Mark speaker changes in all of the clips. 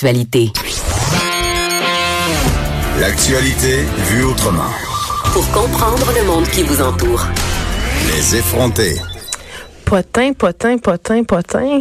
Speaker 1: Actualité.
Speaker 2: L'actualité vue autrement.
Speaker 1: Pour comprendre le monde qui vous entoure.
Speaker 2: Les effronter.
Speaker 3: potin, potin, potin, potin,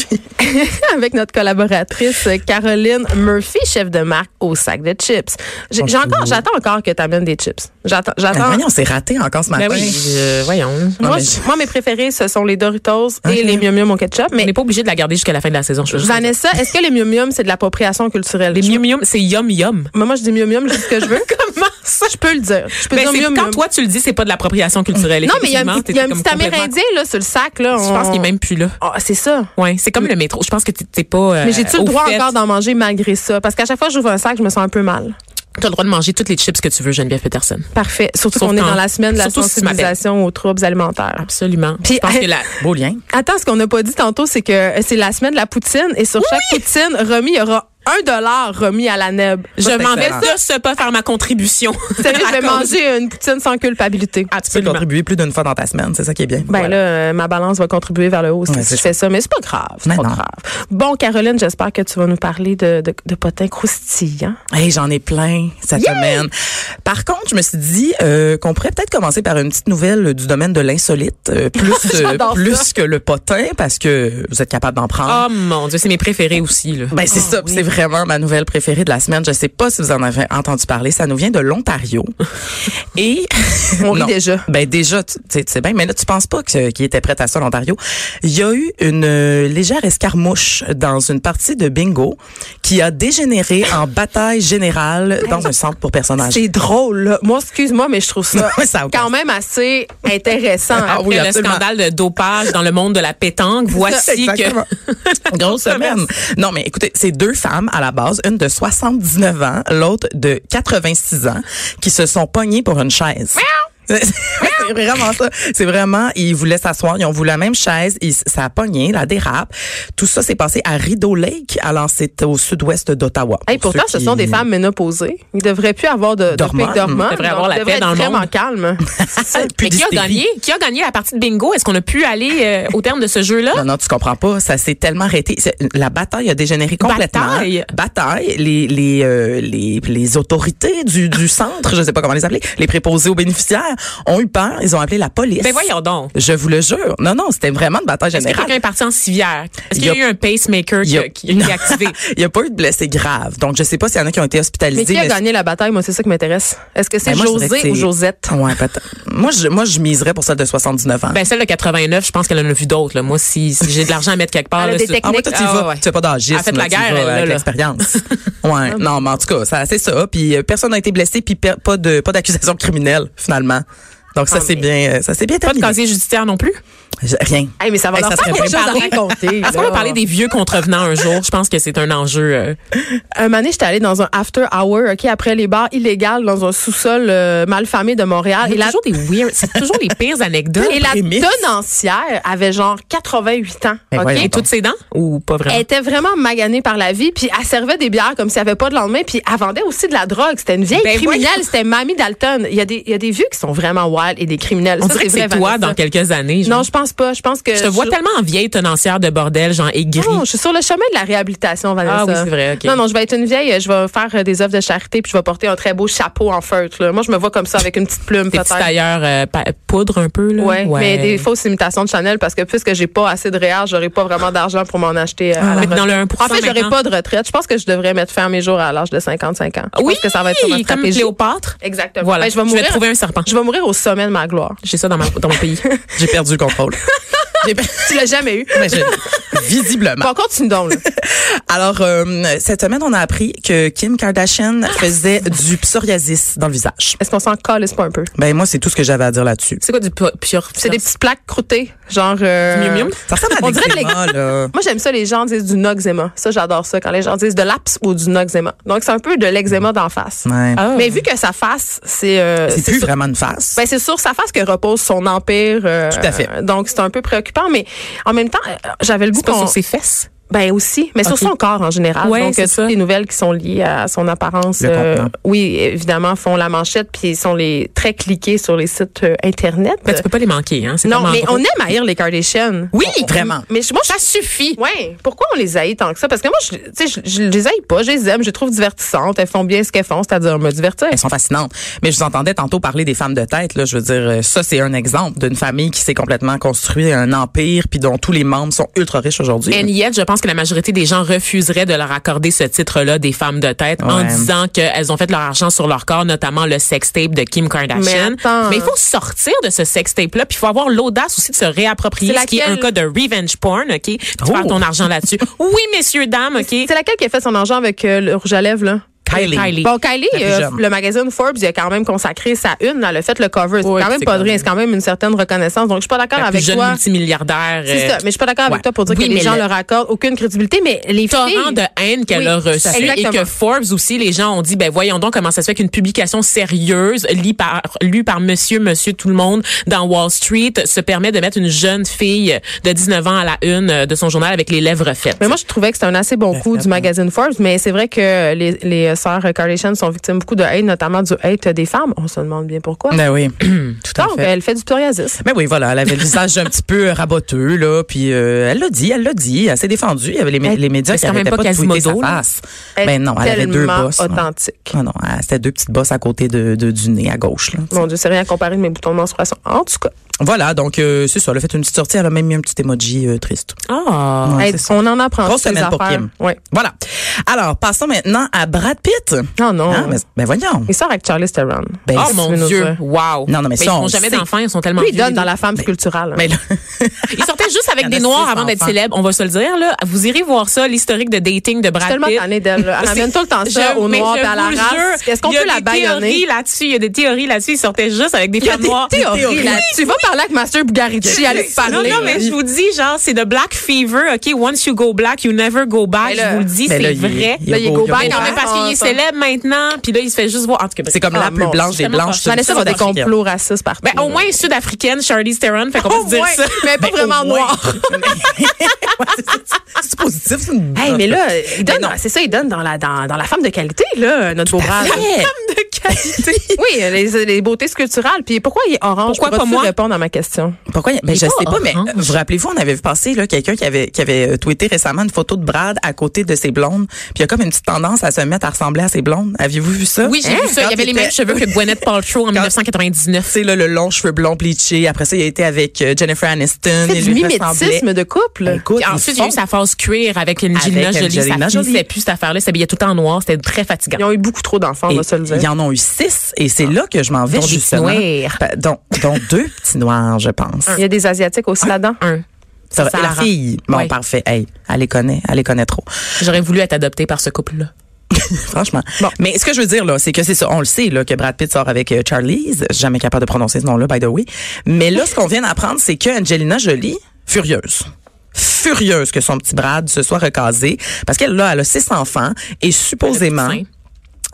Speaker 3: avec notre collaboratrice euh, Caroline Murphy, chef de marque au sac de chips. J'ai j'ai encore, j'attends encore que tu amènes des chips. J'attends,
Speaker 4: Ah,
Speaker 5: Ben,
Speaker 3: j'attends.
Speaker 4: voyons, c'est raté encore ce matin.
Speaker 3: Ben oui.
Speaker 5: Je- voyons.
Speaker 3: Moi,
Speaker 4: mais-
Speaker 3: je- ben, moi, mes préférés, ce sont les Doritos
Speaker 5: Ah,
Speaker 3: et les Mium Mium au ketchup.
Speaker 5: On
Speaker 3: Mais
Speaker 5: n'est pas obligé de la garder jusqu'à la fin de la saison. Je veux juste
Speaker 3: Vanessa, est-ce que les Mium Mium, c'est de l'appropriation culturelle?
Speaker 5: Les
Speaker 3: Je-
Speaker 5: mium mium, c'est yum yum.
Speaker 3: Moi, moi, je dis Mium Mium, je dis ce que je veux. Comment ça? Je peux le dire. Je peux
Speaker 5: Ben,
Speaker 3: dire
Speaker 5: c'est-
Speaker 3: Mium
Speaker 5: quand
Speaker 3: Mium.
Speaker 5: toi tu le dis, c'est pas de l'appropriation culturelle.
Speaker 3: non, mais il y a, un
Speaker 5: Effectivement,
Speaker 3: petit- il
Speaker 5: t'étais
Speaker 3: y a un
Speaker 5: comme
Speaker 3: petit
Speaker 5: complètement-
Speaker 3: Amérindien là, sur le sac. Là,
Speaker 5: Je
Speaker 3: on-
Speaker 5: pense qu'il est même plus là.
Speaker 3: Ah, c'est ça.
Speaker 5: Ouais, c'est comme le métro. Je pense que t'es t'es pas. euh,
Speaker 3: Mm. Mais j'ai-tu le
Speaker 5: au
Speaker 3: droit
Speaker 5: fait.
Speaker 3: encore d'en manger malgré ça? Parce qu'à chaque fois que j'ouvre un sac, je me sens un peu mal.
Speaker 5: T'as le droit de manger toutes les chips que tu veux, Geneviève Peterson.
Speaker 3: Parfait. Surtout
Speaker 5: Sauf
Speaker 3: qu'on est
Speaker 5: quand-
Speaker 3: dans la semaine de la
Speaker 5: surtout si tu
Speaker 3: sensibilisation aux troubles alimentaires.
Speaker 5: Absolument.
Speaker 3: Puis-
Speaker 5: je pense que la.
Speaker 4: Beau lien.
Speaker 3: Ah, Attends, ce qu'on n'a pas dit tantôt, c'est que euh, c'est la semaine de la poutine et sur chaque poutine remis, il y aura un dollar remis à la neb.
Speaker 5: Je
Speaker 4: c'est
Speaker 5: m'en vais
Speaker 4: excellent.
Speaker 5: de ce pas faire ma contribution.
Speaker 3: Vous savez, je
Speaker 5: À
Speaker 3: vais
Speaker 5: cause-
Speaker 3: manger une poutine sans culpabilité.
Speaker 4: Tu peux
Speaker 5: Absolument.
Speaker 4: contribuer plus d'une fois dans ta semaine, c'est ça qui est bien.
Speaker 3: Ben
Speaker 4: Voilà.
Speaker 3: là, euh, ma balance va contribuer vers le haut si
Speaker 4: Ouais,
Speaker 3: je
Speaker 4: c'est
Speaker 3: fais ça, mais c'est pas grave, c'est
Speaker 4: Mais
Speaker 3: pas
Speaker 4: non.
Speaker 3: grave. Bon, Caroline, j'espère que tu vas nous parler de, de, de potins croustillants.
Speaker 4: Hey, j'en ai plein cette semaine. Par contre, je me suis dit euh, qu'on pourrait peut-être commencer par une petite nouvelle du domaine de l'insolite, euh, plus euh,
Speaker 3: J'adore
Speaker 4: plus que le potin, parce que vous êtes capable d'en prendre.
Speaker 5: Oh mon Dieu, c'est mes préférés aussi. Là.
Speaker 4: Ben
Speaker 3: Ah
Speaker 4: c'est ça, puis c'est vraiment ma nouvelle préférée de la semaine. Je sais pas si vous en avez entendu parler, ça nous vient de l'Ontario. Et
Speaker 3: On rit
Speaker 4: Non.
Speaker 3: déjà.
Speaker 4: Ben déjà, tu tu sais tu sais bien, mais là tu penses pas que- qu'il était prêt à ça l'Ontario. Il y a eu une euh, légère escarmouche dans une partie de bingo qui a dégénéré en bataille générale dans un centre pour personnes âgées.
Speaker 3: C'est drôle, là. Moi, excuse-moi, mais je trouve ça
Speaker 4: Non, ça a aucun
Speaker 3: quand même assez intéressant.
Speaker 4: Ah
Speaker 5: Après
Speaker 4: oui,
Speaker 5: le
Speaker 4: absolument.
Speaker 5: scandale de dopage dans le monde de la pétanque, voici que.
Speaker 4: Exactement. Grosse semaine. Non, mais écoutez, c'est deux femmes à la base, une de 79 ans, l'autre de 86 ans, qui se sont pognées pour une chaise. c'est vraiment ça. C'est vraiment, ils voulaient s'asseoir, ils ont voulu la même chaise, ils- ça a pogné, la dérape. Tout ça s'est passé à Rideau Lake, alors c'est au sud-ouest d'Ottawa.
Speaker 3: Hey,
Speaker 4: Pour
Speaker 3: pourtant,
Speaker 4: ceux
Speaker 3: ce sont
Speaker 4: qui-
Speaker 3: des femmes ménopausées. Ils ne devraient plus avoir de, de
Speaker 4: D'hormones.
Speaker 3: pic d'hormones.
Speaker 5: Ils devraient
Speaker 3: donc
Speaker 5: avoir la
Speaker 3: ils devraient
Speaker 5: paix dans
Speaker 3: être
Speaker 5: le
Speaker 3: vraiment
Speaker 5: monde.
Speaker 3: calme.
Speaker 4: Ah, plus
Speaker 5: Euh, Mais qui a
Speaker 4: d'hystérie.
Speaker 5: gagné? Qui a gagné la partie de bingo? Est-ce qu'on a pu aller euh, au terme de ce jeu-là?
Speaker 4: Non, non, tu comprends pas. Ça s'est tellement arrêté. C'est- La bataille a dégénéré complètement.
Speaker 5: Bataille?
Speaker 4: Bataille. Les, les, euh, les, les autorités du, du centre, je sais pas comment les appeler, les préposés aux bénéficiaires, ont eu peur. Ils ont appelé la police.
Speaker 5: Ben voyons donc.
Speaker 4: Je vous le jure. Non, non, c'était vraiment une bataille
Speaker 5: Est-ce que
Speaker 4: générale.
Speaker 5: quelqu'un est parti en civière? Est-ce qu'il y a
Speaker 4: Il y
Speaker 5: eu un pacemaker
Speaker 4: Il y a-
Speaker 5: qui, qui est activé?
Speaker 4: Il n'y a pas eu de blessés graves. Donc, je sais pas s'il y en a qui ont été hospitalisés.
Speaker 3: Mais qui a
Speaker 4: mais-
Speaker 3: gagné la bataille? Moi, c'est ça qui m'intéresse. Est-ce que c'est
Speaker 4: Ben, moi, je dirais
Speaker 3: José
Speaker 4: que
Speaker 3: ou
Speaker 4: c'est-
Speaker 3: Josette?
Speaker 4: Ouais, peut-être. moi, je, moi, je miserais pour celle de 79 ans.
Speaker 5: ben celle de 89, je pense qu'elle en a vu d'autres. là. Moi, si, si j'ai de l'argent à mettre quelque
Speaker 3: Elle
Speaker 5: part,
Speaker 3: a
Speaker 5: là,
Speaker 3: des
Speaker 5: c'est-
Speaker 3: techniques.
Speaker 4: Ah ouais, toi, tu y
Speaker 5: Ah
Speaker 4: vas.
Speaker 5: ouais.
Speaker 4: Tu n'as pas d'âgisme.
Speaker 5: Elle fait de
Speaker 4: là,
Speaker 5: la
Speaker 4: tu y
Speaker 5: guerre,
Speaker 4: vas
Speaker 5: elle, là,
Speaker 4: avec
Speaker 5: là.
Speaker 4: l'expérience. ouais. Non, mais en tout cas, ça, c'est ça. Puis euh, personne n'a été blessé, puis per- pas de pas d'accusation criminelle finalement. Donc ça
Speaker 5: Ah,
Speaker 4: c'est
Speaker 5: mais-
Speaker 4: bien, euh, ça c'est bien
Speaker 5: Pas de
Speaker 4: terminé.
Speaker 5: casier judiciaire non plus.
Speaker 4: J'ai- Rien.
Speaker 3: Hey, mais ça va
Speaker 4: Hey,
Speaker 3: leur
Speaker 4: ça
Speaker 3: faire
Speaker 4: serait
Speaker 3: quelque chose
Speaker 5: Ben, bien
Speaker 3: à
Speaker 5: parlé.
Speaker 3: raconter.
Speaker 5: Est-ce qu'on
Speaker 3: là.
Speaker 5: va parler des vieux contrevenants un jour? Je pense que c'est un enjeu. euh,
Speaker 3: Un moment donné, j'étais allée dans un after hour, OK, après les bars illégales dans un sous-sol euh, malfamé de
Speaker 4: Ah,
Speaker 3: Montréal. Et
Speaker 5: il y
Speaker 3: la,
Speaker 5: a toujours des weird. C'est toujours les pires anecdotes.
Speaker 3: et la
Speaker 4: prémices.
Speaker 3: tenancière avait genre 88 ans.
Speaker 4: Ben
Speaker 3: OK?
Speaker 4: voyons
Speaker 5: Et toutes ses dents? Ou pas vraiment?
Speaker 3: Elle était vraiment maganée par la vie, puis elle servait des bières comme s'il n'y avait pas de lendemain, puis elle vendait aussi de la drogue. C'était une vieille
Speaker 5: Ben
Speaker 3: criminelle,
Speaker 5: voyons.
Speaker 3: c'était Mamie Dalton. Il y, a des, il y a des vieux qui sont vraiment wild et des criminels.
Speaker 5: On
Speaker 3: Ça,
Speaker 5: dirait que c'est
Speaker 3: vrai,
Speaker 5: toi
Speaker 3: Vanessa.
Speaker 5: dans quelques années. genre.
Speaker 3: Non, je pense pas. Je pense que.
Speaker 5: je te vois tellement en vieille tenancière de bordel, genre aigrie.
Speaker 3: Non, je suis sur le chemin de la réhabilitation, Vanessa.
Speaker 5: Ah oui, c'est vrai, OK.
Speaker 3: Non, non, je vais être une vieille, je vais faire euh, des œuvres de charité, puis je vais porter un très beau chapeau en feutre. là. Moi, je me vois comme ça avec une petite plume,
Speaker 5: Tes petits
Speaker 3: peut-être.
Speaker 5: tailleurs euh, pa- poudre un peu, là.
Speaker 3: Ouais, mais des fausses imitations de Chanel parce que puisque j'ai pas assez de réel, j'aurai pas vraiment d'argent pour m'en acheter. euh, à la
Speaker 5: Mais dans le 1%
Speaker 3: En fait, j'aurais
Speaker 5: maintenant.
Speaker 3: pas de retraite. Je pense que je devrais mettre fin à mes jours à l'âge de 55 ans. Je
Speaker 5: Oui,
Speaker 3: pense que ça va être sur ma
Speaker 5: comme
Speaker 3: stratégie.
Speaker 5: Cléopâtre.
Speaker 3: Exactement.
Speaker 5: Voilà,
Speaker 3: Ben, je vais
Speaker 5: je vais
Speaker 3: mourir.
Speaker 5: trouver un serpent.
Speaker 3: Je vais mourir au sommet de ma gloire.
Speaker 5: J'ai ça dans, ma- dans mon pays.
Speaker 4: J'ai perdu le contrôle. J'ai per-
Speaker 3: Tu l'as jamais eu.
Speaker 4: Mais je- Visiblement.
Speaker 3: Bon, continue donc. là.
Speaker 4: Alors euh, cette semaine on a appris que Kim Kardashian
Speaker 5: Ah!
Speaker 4: faisait du psoriasis dans le visage.
Speaker 3: Est-ce qu'on s'en calisse pas un peu?
Speaker 4: Ben moi c'est tout ce que j'avais à dire là-dessus.
Speaker 5: c'est quoi du pu- pure?
Speaker 3: C'est des petites plaques croûtées, genre... euh,
Speaker 5: Mium mium?
Speaker 4: Ça ressemble
Speaker 3: On
Speaker 4: à des
Speaker 3: dirait que les-
Speaker 4: eczémas, là.
Speaker 3: Moi, j'aime ça, les gens disent du noxéma. Ça, j'adore ça, quand les gens disent de l'aps ou du noxéma. Donc, c'est un peu de l'eczéma d'en face.
Speaker 4: Ouais.
Speaker 5: Ah.
Speaker 3: Mais vu que sa face, c'est... euh,
Speaker 4: c'est
Speaker 3: c'est
Speaker 4: plus
Speaker 3: sur-
Speaker 4: vraiment une face.
Speaker 3: Ben, c'est sur sa face que repose son empire. euh,
Speaker 4: Tout à fait.
Speaker 3: Donc, c'est un peu préoccupant, mais en même temps, euh, j'avais le goût
Speaker 5: C'est pas
Speaker 3: qu'on...
Speaker 5: sur ses fesses?
Speaker 3: Ben aussi, mais
Speaker 5: Ok.
Speaker 3: sur son corps en général.
Speaker 5: Ouais,
Speaker 3: Donc
Speaker 5: c'est
Speaker 3: euh, toutes
Speaker 5: ça.
Speaker 3: les nouvelles qui sont liées à son apparence, euh,
Speaker 4: Le contenant.
Speaker 3: oui, évidemment font la manchette puis sont les très cliqués sur les sites euh, internet.
Speaker 5: Ben, tu peux pas les manquer, hein. c'est
Speaker 3: non,
Speaker 5: tellement
Speaker 3: mais
Speaker 5: gros.
Speaker 3: on aime haïr les Kardashians.
Speaker 4: Oui, vraiment.
Speaker 3: Mais je- moi, ça suffit. Ouais. Pourquoi on les haït tant que ça Parce que moi, je, tu sais, je, je les haïs pas. Je les aime. Je les trouve divertissantes. Elles font bien ce qu'elles font, c'est-à-dire me divertir.
Speaker 4: Elles sont fascinantes. Mais je vous entendais tantôt parler des femmes de tête. Là, je veux dire, euh, ça c'est un exemple d'une famille qui s'est complètement construit un empire, puis dont tous les membres sont ultra riches aujourd'hui.
Speaker 5: And yet, je pense que la majorité des gens refuseraient de leur accorder ce titre-là des femmes de tête en
Speaker 4: Ouais.
Speaker 5: disant qu'elles ont fait leur argent sur leur corps, notamment le sextape de Kim Kardashian.
Speaker 3: Mais attends.
Speaker 5: il faut sortir de ce sextape-là, puis il faut avoir l'audace aussi de se réapproprier
Speaker 3: C'est
Speaker 5: ce qui est un
Speaker 3: laquelle?
Speaker 5: cas de revenge porn, OK? Puis Tu
Speaker 4: Oh.
Speaker 5: perds ton argent là-dessus. oui, messieurs, dames, OK?
Speaker 3: C'est laquelle qui a fait son argent avec euh, le rouge à lèvres là
Speaker 4: Kylie.
Speaker 5: Kylie.
Speaker 3: Bon, Kylie,
Speaker 4: La plus
Speaker 3: euh,
Speaker 4: jeune.
Speaker 3: le magazine Forbes, il a quand même consacré sa une, là, le fait le cover. C'est
Speaker 5: Ouais,
Speaker 3: quand même
Speaker 5: c'est
Speaker 3: pas de
Speaker 5: quand
Speaker 3: rien. C'est quand même une certaine reconnaissance. Donc, je suis pas d'accord
Speaker 5: La plus
Speaker 3: avec
Speaker 5: jeune
Speaker 3: toi.
Speaker 5: multimilliardaire.
Speaker 3: C'est
Speaker 5: euh,
Speaker 3: ça. Mais je suis pas d'accord avec
Speaker 5: ouais.
Speaker 3: toi pour dire
Speaker 5: Oui,
Speaker 3: que les
Speaker 5: mais
Speaker 3: gens
Speaker 5: le-
Speaker 3: leur accordent aucune crédibilité. Mais les
Speaker 5: torrent
Speaker 3: filles.
Speaker 5: de haine qu'elle
Speaker 3: Oui,
Speaker 5: a
Speaker 3: tout à fait.
Speaker 5: reçu et
Speaker 3: Exactement.
Speaker 5: que Forbes aussi, les gens ont dit, ben voyons donc comment ça se fait qu'une publication sérieuse, lue par, lue par monsieur, monsieur, tout le monde dans Wall Street, se permet de mettre une jeune fille de 19 ans à la une euh, de son journal avec les lèvres faites.
Speaker 3: Mais moi, je trouvais que c'était un assez bon coup du magazine Forbes, mais c'est vrai que les, les euh, sœurs Kardashian sont victimes beaucoup de hate, notamment du hate des femmes. On se demande bien pourquoi.
Speaker 4: Ben oui, tout à
Speaker 3: Donc,
Speaker 4: fait.
Speaker 3: elle fait du psoriasis.
Speaker 4: Mais oui, voilà, elle avait le visage un petit peu raboteux, là, puis euh, elle l'a dit, elle l'a dit, elle s'est défendue. Il y avait les, mé-
Speaker 3: Elle-
Speaker 4: les médias
Speaker 5: Mais
Speaker 4: qui
Speaker 5: c'est quand même
Speaker 4: arrêtaient
Speaker 5: pas
Speaker 4: pas, de tweeter sa
Speaker 5: Quasimodo, là.
Speaker 4: face.
Speaker 3: Elle
Speaker 4: Ben non, elle avait deux
Speaker 3: tellement
Speaker 4: bosses. là. Ah
Speaker 3: authentique.
Speaker 4: Non, non, elle- c'était deux petites bosses à côté de, de- du nez, à gauche. Là,
Speaker 3: Mon Dieu, c'est rien comparé de mes boutons de menstruation. En tout cas,
Speaker 4: Voilà, donc euh, c'est ça, elle a fait une petite sortie, elle a même mis un petit emoji euh, triste.
Speaker 5: Ah.
Speaker 4: Ouais,
Speaker 3: hey,
Speaker 4: c'est ça.
Speaker 3: on en apprend
Speaker 4: Grosse
Speaker 3: sur les
Speaker 4: semaine pour
Speaker 3: affaires.
Speaker 4: Kim.
Speaker 3: Ouais.
Speaker 4: Voilà. Alors, passons maintenant à Brad Pitt.
Speaker 3: Non, non.
Speaker 4: Hein, mais, ben voyons.
Speaker 3: Il sort avec Charlize Theron.
Speaker 4: Ben,
Speaker 5: Oh
Speaker 4: c'est-
Speaker 5: mon
Speaker 3: une autre
Speaker 5: Dieu,
Speaker 3: fois.
Speaker 5: wow. Ben,
Speaker 4: Non, non, mais ça,
Speaker 5: ils
Speaker 4: on
Speaker 5: n'ont
Speaker 4: le
Speaker 5: jamais
Speaker 4: sait.
Speaker 5: d'enfants, ils sont tellement
Speaker 3: Lui, il
Speaker 5: vieux,
Speaker 3: donne
Speaker 5: les
Speaker 3: dans
Speaker 5: deux.
Speaker 3: la femme sculpturale. hein.
Speaker 4: mais là,
Speaker 5: Ils sortaient juste
Speaker 4: Il y
Speaker 5: avec
Speaker 4: en
Speaker 5: des
Speaker 4: a
Speaker 5: noirs
Speaker 4: six
Speaker 5: avant d'être
Speaker 4: enfants.
Speaker 5: célèbres, on va se le dire là. Vous irez voir ça, l'historique de dating de
Speaker 3: Je
Speaker 5: Brad
Speaker 3: suis tellement
Speaker 5: Pitt.
Speaker 3: tannée d'elle. là. Elle amène tout le temps ça
Speaker 5: Je-
Speaker 3: au
Speaker 5: mais
Speaker 3: noir
Speaker 5: je
Speaker 3: et à la
Speaker 5: vous
Speaker 3: race.
Speaker 5: jure,
Speaker 3: Est-ce qu'on
Speaker 5: il y a
Speaker 3: peut la
Speaker 5: des théories
Speaker 3: baïonner?
Speaker 5: là-dessus, il y a des théories là-dessus, il sortait juste avec des femmes noires.
Speaker 3: Théorie, là. Tu vas parler avec Master Bugarici à lui
Speaker 5: Non,
Speaker 3: parler.
Speaker 5: non, mais je vous dis, genre, c'est de black fever, OK? Once you go black, you never go back.
Speaker 3: Mais là-
Speaker 5: je vous le dis,
Speaker 4: Mais
Speaker 5: c'est
Speaker 4: là, il-
Speaker 5: vrai.
Speaker 4: il y a
Speaker 3: Là, il est
Speaker 4: beau-
Speaker 3: go
Speaker 4: il y a
Speaker 3: back.
Speaker 5: Mais
Speaker 4: beau-
Speaker 5: non, mais parce qu'il est
Speaker 3: Ah,
Speaker 5: célèbre maintenant, puis là, il se fait juste voir. En tout cas,
Speaker 4: C'est comme
Speaker 3: Ah,
Speaker 4: la plus
Speaker 3: mon
Speaker 4: blanche
Speaker 5: Dieu,
Speaker 4: des blanches.
Speaker 5: tellement
Speaker 3: Vanessa va des
Speaker 4: Sud-Africaine.
Speaker 3: complots racistes partout.
Speaker 5: ben, au moins une sud-africaine, Charlize Theron, fait qu'on peut
Speaker 3: Au
Speaker 5: se dire
Speaker 3: moins,
Speaker 5: ça.
Speaker 3: mais pas
Speaker 4: Ben, au
Speaker 3: vraiment
Speaker 4: moins.
Speaker 3: noir.
Speaker 4: Ouais, c'est- c'est- C'est positif, c'est une
Speaker 3: Hey, mais là, il donne,
Speaker 4: non.
Speaker 3: c'est ça, il donne dans la, dans, dans la femme de qualité, là, notre beau bras.
Speaker 4: Ouais.
Speaker 5: de qualité.
Speaker 3: Oui, les, les beautés sculpturales. Puis pourquoi il est orange?
Speaker 5: Pourquoi pas
Speaker 3: Pourras-tu
Speaker 5: moi?
Speaker 3: répondre à ma question?
Speaker 4: Pourquoi? il y a- Ben,
Speaker 5: Il est
Speaker 4: je sais
Speaker 5: pas
Speaker 4: pas, mais
Speaker 5: orange.
Speaker 4: euh, vous rappelez-vous, on avait vu passer là, quelqu'un qui avait, qui avait euh, tweeté récemment une photo de Brad à côté de ses blondes. Puis il y a comme une petite tendance à se mettre à ressembler à ses blondes. Aviez-vous vu ça?
Speaker 5: Oui, j'ai
Speaker 4: Hein?
Speaker 5: vu ça. Il
Speaker 4: Quand
Speaker 5: y avait les
Speaker 4: était-
Speaker 5: mêmes cheveux que Gwyneth Paltrow en 1999.
Speaker 4: C'est là, le long cheveu blond bleaché. Après ça, il a été avec euh, Jennifer Aniston.
Speaker 3: C'est
Speaker 4: Il
Speaker 3: du
Speaker 4: lui ressemblait.
Speaker 3: mimétisme de couple.
Speaker 4: Ben, écoute,
Speaker 5: Puis
Speaker 4: ils
Speaker 5: ensuite, il y a eu
Speaker 4: font-
Speaker 5: sa phase cuir avec une
Speaker 4: Avec
Speaker 5: Angelina Jolie.
Speaker 4: Angelina
Speaker 5: Ça
Speaker 4: Jolie.
Speaker 5: finissait plus cette affaire-là. Il s'habillait tout en noir. C'était très fatigant.
Speaker 3: Ils ont eu beaucoup trop d'enfants, on
Speaker 4: Et
Speaker 3: va se le dire.
Speaker 4: Ils en ont eu six et c'est là que je m'en vais
Speaker 5: Dont des
Speaker 4: justement.
Speaker 5: petits noirs.
Speaker 4: Ben, dont, dont deux petits noirs, je pense.
Speaker 3: Il y a des Asiatiques aussi là-dedans.
Speaker 5: Un.
Speaker 4: Ça va-
Speaker 5: Ça,
Speaker 4: et la
Speaker 5: ça
Speaker 4: fille, bon,
Speaker 5: Ouais.
Speaker 4: parfait. Hey, elle les connaît, elle les connaît trop.
Speaker 5: J'aurais voulu être adoptée par ce couple-là.
Speaker 4: Franchement. Mais ce que je veux dire, là, c'est que c'est ça. On le sait, là, que Brad Pitt sort avec euh, Charlize. Jamais capable de prononcer ce nom-là, by the way. Mais là, ce qu'on vient d'apprendre, c'est que Angelina Jolie, furieuse. Furieuse que son petit Brad se soit recasé. Parce qu'elle, là, elle a six enfants et supposément.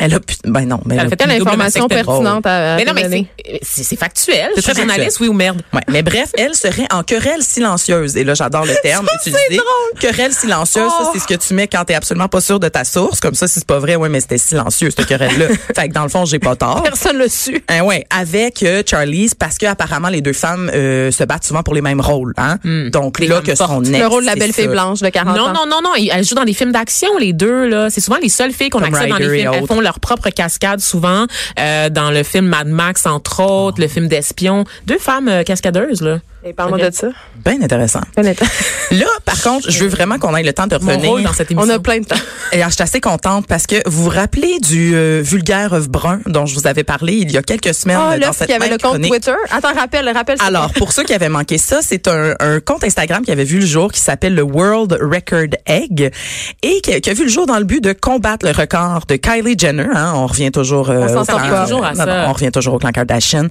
Speaker 5: Elle a plus de
Speaker 4: Elle a plus. Ben non, mais
Speaker 5: Elle a fait
Speaker 3: Quelle
Speaker 5: Double
Speaker 3: information
Speaker 5: mastectomie.
Speaker 3: pertinente à, à
Speaker 5: Mais non, mais
Speaker 3: donner?
Speaker 5: c'est- c'est c'est factuel. Je suis
Speaker 4: très
Speaker 5: journaliste,
Speaker 4: factuel.
Speaker 5: oui ou merde.
Speaker 4: Ouais, mais bref, elle serait en querelle silencieuse. Et là, j'adore le terme utilisé. Querelle silencieuse, ça, c'est ce que tu mets quand t'es absolument pas sûr de ta source. Comme ça, si c'est pas vrai, ouais, mais c'était silencieux, cette querelle-là. fait que dans le fond, j'ai pas tort.
Speaker 3: Personne le su.
Speaker 4: Hein, ouais, avec euh, Charlize, parce que apparemment les deux femmes euh, se battent souvent pour les mêmes rôles. Hein?
Speaker 3: Hmm.
Speaker 4: Donc
Speaker 5: Les
Speaker 4: là
Speaker 5: femmes
Speaker 4: que son ex,
Speaker 3: Le rôle de la
Speaker 4: c'est
Speaker 3: belle fille
Speaker 4: ça.
Speaker 3: blanche de 40 ans.
Speaker 5: Non, non, non, non. ils- Elles jouent dans des films d'action, les deux, là. C'est souvent les seules filles qu'on
Speaker 4: Comme
Speaker 5: accepte dans les
Speaker 4: Ryder et
Speaker 5: films. Elles
Speaker 4: autres.
Speaker 5: font leur propre cascade, souvent, euh, dans le film Mad Max, entre autres, le film d'espion. Deux femmes euh, cascadeuses, là.
Speaker 3: Et Parle-moi de ça.
Speaker 4: Ben intéressant. Là, par contre, je veux vraiment qu'on ait le temps de
Speaker 5: Mon rôle dans
Speaker 4: revenir.
Speaker 5: cette
Speaker 3: On
Speaker 5: émission.
Speaker 3: a plein de temps.
Speaker 4: Et alors, je suis assez contente parce que vous vous rappelez du euh, vulgaire œuf brun dont je vous avais parlé il y a quelques semaines
Speaker 3: Ah,
Speaker 4: dans
Speaker 3: là,
Speaker 4: cette
Speaker 3: qui avait
Speaker 4: même
Speaker 3: le compte
Speaker 4: chronique.
Speaker 3: Twitter. Attends, rappelle, rappelle. c'est
Speaker 4: Alors, pour ceux qui avaient manqué ça, c'est un, un compte Instagram qui avait vu le jour qui s'appelle le World Record Egg et qui, qui a vu le jour dans le but de combattre le record de Kylie Jenner. hein. on revient toujours, euh,
Speaker 3: On s'en
Speaker 4: au
Speaker 3: sort
Speaker 4: clan-
Speaker 3: pas.
Speaker 5: Toujours à
Speaker 4: non,
Speaker 5: ça.
Speaker 4: non, on revient toujours au clan Kardashian,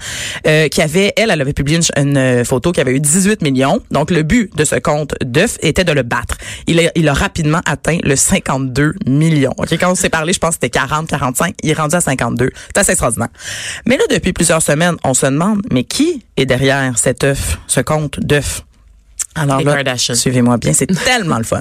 Speaker 4: euh, qui avait, elle, elle avait publié une, ch- une, euh, photo qui avait eu 18 millions. Donc, le but de ce compte d'œuf était de le battre. Il a, il a rapidement atteint le 52 millions. Ok, Quand on s'est parlé, je pense que c'était 40, 45. Il est rendu à 52. C'est assez extraordinaire. Mais là, depuis plusieurs semaines, on se demande, mais qui est derrière cet œuf, ce compte d'œuf? Alors
Speaker 5: Les
Speaker 4: là,
Speaker 5: Kardashians.
Speaker 4: suivez-moi bien, c'est tellement le fun.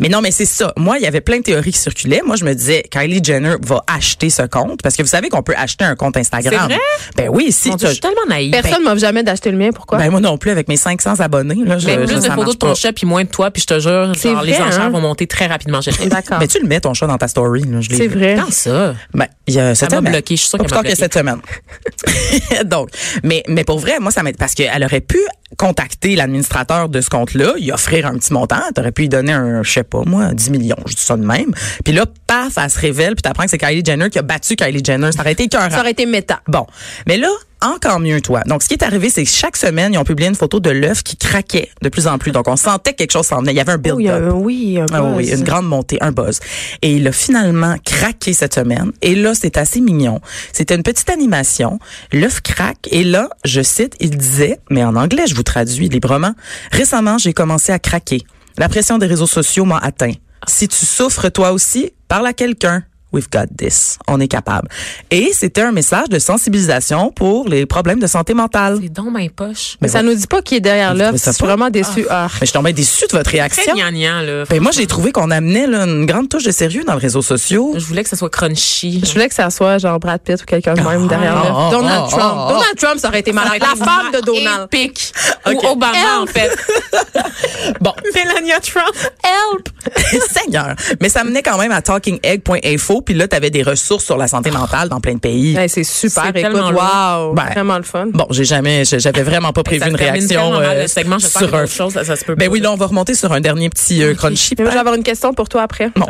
Speaker 4: Mais non, mais c'est ça. Moi, il y avait plein de théories qui circulaient. Moi, je me disais, Kylie Jenner va acheter ce compte parce que vous savez qu'on peut acheter un compte Instagram.
Speaker 5: C'est vrai?
Speaker 4: Ben oui, si
Speaker 5: Mon Dieu,
Speaker 4: t'as-
Speaker 5: je suis tellement naïve.
Speaker 3: Personne ne m'a jamais d'acheter le mien. Pourquoi?
Speaker 4: ben moi non plus avec mes 500 abonnés là, je,
Speaker 5: Mais
Speaker 4: je-
Speaker 5: plus de
Speaker 4: ça
Speaker 5: photos
Speaker 4: marche
Speaker 5: de ton
Speaker 4: pas.
Speaker 5: chat puis moins de toi puis je te jure
Speaker 3: C'est
Speaker 5: genre les
Speaker 3: vrai,
Speaker 5: enchères
Speaker 3: hein?
Speaker 5: vont monter très rapidement chez toi.
Speaker 3: D'accord.
Speaker 4: Mais tu le mets ton chat dans ta story là, je l'ai
Speaker 3: C'est
Speaker 4: vu.
Speaker 3: vrai.
Speaker 5: Quand ça
Speaker 4: Ben, il y a cette
Speaker 5: m'a
Speaker 4: semaine.
Speaker 5: bloqué, je suis sûre
Speaker 4: Pas
Speaker 5: qu'elle
Speaker 4: plus
Speaker 5: m'a
Speaker 4: tard que cette semaine. Donc, mais, mais pour vrai, moi, ça m'aide parce qu'elle aurait pu contacter l'administrateur de ce compte-là, y offrir un petit montant, t'aurais pu lui donner un, je sais pas, moi, 10 millions, je dis ça de même. Puis là, paf, elle se révèle, puis t'apprends que c'est Kylie Jenner qui a battu Kylie Jenner. Ça aurait été écœurant.
Speaker 3: Ça aurait été méta.
Speaker 4: Bon, mais là, encore mieux toi. Donc, ce qui est arrivé, c'est que chaque semaine, ils ont publié une photo de l'œuf qui craquait de plus en plus. Donc, on sentait que quelque chose s'en venait. Il y avait un ben, build-up.
Speaker 5: Oh,
Speaker 3: Oui, un, oui, un
Speaker 4: Ah oui,
Speaker 3: buzz.
Speaker 4: une grande montée, un buzz. Et il a finalement craqué cette semaine. Et là, c'est assez mignon. C'était une petite animation. L'œuf craque. Et là, je cite, il disait, mais en anglais, je vous traduis librement. Récemment, j'ai commencé à craquer. La pression des réseaux sociaux m'a atteint. Si tu souffres toi aussi, parle à quelqu'un. We've got this. On est capable. Et c'était un message de sensibilisation pour les problèmes de santé mentale.
Speaker 5: C'est donc ma poche.
Speaker 3: Mais ça
Speaker 4: ouais.
Speaker 3: nous dit pas qui est derrière
Speaker 4: Vous
Speaker 3: là.
Speaker 4: trouvez
Speaker 3: Je
Speaker 4: ça
Speaker 3: suis
Speaker 4: pas?
Speaker 3: vraiment déçue. Ah.
Speaker 4: Mais je tombais déçue de votre
Speaker 5: Très
Speaker 4: réaction.
Speaker 5: gnangnan, là.
Speaker 4: Ben moi, j'ai trouvé qu'on amenait là, une grande touche de sérieux dans les réseaux sociaux.
Speaker 5: Je voulais que ça soit crunchy.
Speaker 3: Je voulais que ça soit genre Brad Pitt ou quelqu'un de même derrière
Speaker 4: ah,
Speaker 3: là.
Speaker 4: ah,
Speaker 3: Donald
Speaker 4: ah,
Speaker 3: Trump.
Speaker 4: ah, ah.
Speaker 3: Donald Trump, ça aurait été malade. La femme de Donald.
Speaker 5: Épique. Ou Obama, en fait.
Speaker 4: Bon,
Speaker 5: Melania Trump.
Speaker 3: Help!
Speaker 4: Seigneur. Mais ça menait quand même à talkingegg.info, puis là, tu avais des ressources sur la santé mentale dans plein de pays.
Speaker 3: Hey, c'est super.
Speaker 5: C'est
Speaker 3: Écoute,
Speaker 5: tellement
Speaker 3: wow.
Speaker 4: Ben,
Speaker 3: Vraiment le fun.
Speaker 4: Bon, j'ai jamais, j'ai- j'avais vraiment pas prévu
Speaker 5: Ça
Speaker 4: une
Speaker 5: se termine
Speaker 4: réaction
Speaker 5: tellement mal,
Speaker 4: euh,
Speaker 5: le segment. J'espère
Speaker 4: sur
Speaker 5: que
Speaker 4: un.
Speaker 5: d'autres choses, ça- ça se peut
Speaker 4: Ben
Speaker 5: pas.
Speaker 4: oui, là, on va remonter sur un dernier petit euh, crunchy.
Speaker 3: Mais moi, je vais avoir une question pour toi après.
Speaker 4: Bon.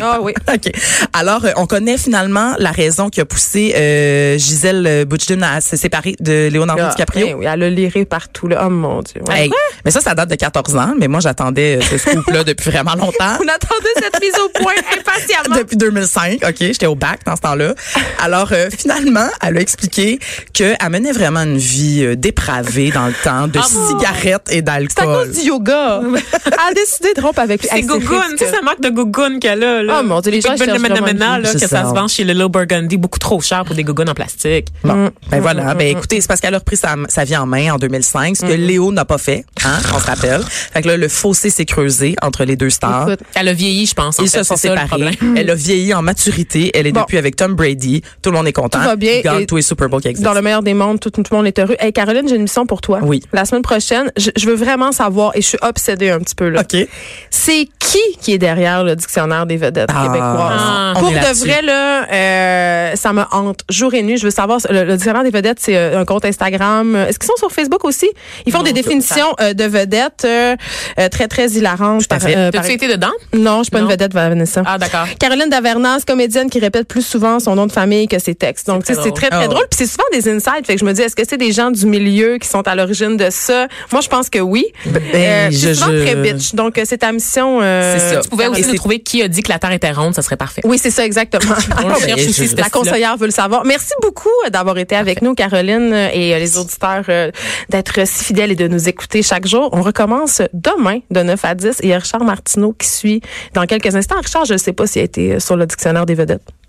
Speaker 3: Ah oui.
Speaker 4: OK. Alors, euh, on connaît finalement la raison qui a poussé euh, Gisèle Butchdin à se séparer de Leonardo
Speaker 3: Ah,
Speaker 4: DiCaprio.
Speaker 5: eh,
Speaker 3: ben oui, elle a liré partout. Là. Oh mon Dieu. Ouais.
Speaker 4: Hey, mais ça, ça date de 14 ans, mais moi, j'attendais euh, ce scoop-là depuis vraiment longtemps.
Speaker 3: On attendait cette mise au point impatiemment.
Speaker 4: Depuis 2005, OK, j'étais au bac dans ce temps-là. Alors euh, finalement, elle a expliqué qu'elle menait vraiment une vie euh, dépravée dans le temps de
Speaker 5: Ah bon?
Speaker 4: cigarettes et
Speaker 3: C'est à
Speaker 4: d'alcool.
Speaker 3: cause du yoga. Elle a décidé de rompre avec lui.
Speaker 5: C'est
Speaker 3: Hey,
Speaker 5: Gougoun, tu
Speaker 3: risque.
Speaker 5: sais, ça marque de Gougoun qu'elle a, là.
Speaker 3: Oh, euh. mon Dieu, les gens, ils cherchent vraiment une
Speaker 5: là,
Speaker 4: vie.
Speaker 5: que
Speaker 4: C'est
Speaker 5: ça.
Speaker 4: ça.
Speaker 5: se vend chez Little Burgundy beaucoup trop cher pour des Gougounes en plastique.
Speaker 4: Bon,
Speaker 3: Mm,
Speaker 4: ben voilà. Ben écoutez, c'est parce qu'elle a repris sa, sa vie en main en 2005, ce que
Speaker 3: Mm.
Speaker 4: Léo n'a pas fait, hein, on se rappelle. Fait que là, le fossé s'est creusé entre les deux stars.
Speaker 3: Écoute,
Speaker 5: Elle a vieilli, je pense. en
Speaker 4: Ils
Speaker 5: fait,
Speaker 4: se sont
Speaker 5: c'est ça, le
Speaker 4: séparés.
Speaker 5: problème.
Speaker 4: Elle a vieilli en maturité. Elle est
Speaker 3: Bon.
Speaker 4: depuis avec Tom Brady. Tout le monde est content.
Speaker 3: Tout va bien
Speaker 4: Ils gagnent
Speaker 3: et-
Speaker 4: tous les Super Bowl qui existent.
Speaker 3: Dans le meilleur des mondes, tout, tout le monde est heureux. Hey, Caroline, j'ai une mission pour toi.
Speaker 4: Oui.
Speaker 3: La semaine prochaine, je, je veux vraiment savoir, et je suis obsédée un petit peu là.
Speaker 4: OK.
Speaker 3: C'est qui qui est derrière le dictionnaire des vedettes
Speaker 4: Ah,
Speaker 3: québécoises?
Speaker 5: Ah,
Speaker 4: on
Speaker 3: Pour
Speaker 4: est
Speaker 3: de
Speaker 4: là-dessus.
Speaker 3: vrai, là, euh, ça me hante jour et nuit. Je veux savoir, le, le dictionnaire des vedettes, c'est euh, un compte Instagram. Est-ce qu'ils sont sur Facebook aussi? Ils font des définitions euh, de vedettes euh, euh, très, très hilarantes.
Speaker 4: à
Speaker 3: par-
Speaker 4: fait.
Speaker 3: euh, par-
Speaker 5: T'as-tu été dedans?
Speaker 3: Non, je suis pas
Speaker 5: Non.
Speaker 3: une vedette, Vanessa.
Speaker 5: Ah, d'accord.
Speaker 3: Caroline Davernas, comédienne qui répète plus souvent son nom de famille que ses textes. Donc, tu
Speaker 5: C'est
Speaker 3: sais,
Speaker 5: très
Speaker 3: c'est très, très
Speaker 4: drôle.
Speaker 3: drôle. Puis c'est souvent des insides. Fait que je me dis, est-ce que c'est des gens du milieu qui sont à l'origine de ça? Moi, je pense que oui. Euh, puis
Speaker 4: Ben, je-
Speaker 3: c'est souvent
Speaker 4: je-
Speaker 3: très bitch. Donc, euh, c'est ta mission. euh,
Speaker 4: C'est ça.
Speaker 5: Tu pouvais
Speaker 4: Et
Speaker 5: aussi
Speaker 4: c'est-
Speaker 5: nous trouver qui a dit que la Terre était ronde, ça serait parfait.
Speaker 3: Oui, c'est ça, exactement.
Speaker 5: On le cherche
Speaker 4: ben,
Speaker 5: aussi,
Speaker 4: je-
Speaker 5: ce
Speaker 3: La
Speaker 5: style-là.
Speaker 3: conseillère veut le savoir. Merci beaucoup euh, d'avoir été avec nous, Caroline, euh, et euh, les auditeurs, euh, d'être si fidèles et de nous écouter chaque jour. On recommence demain de 9 à 10 et il y a Richard Martineau qui suit dans quelques instants. Richard, je ne sais pas s'il a été euh, sur le dictionnaire des vedettes.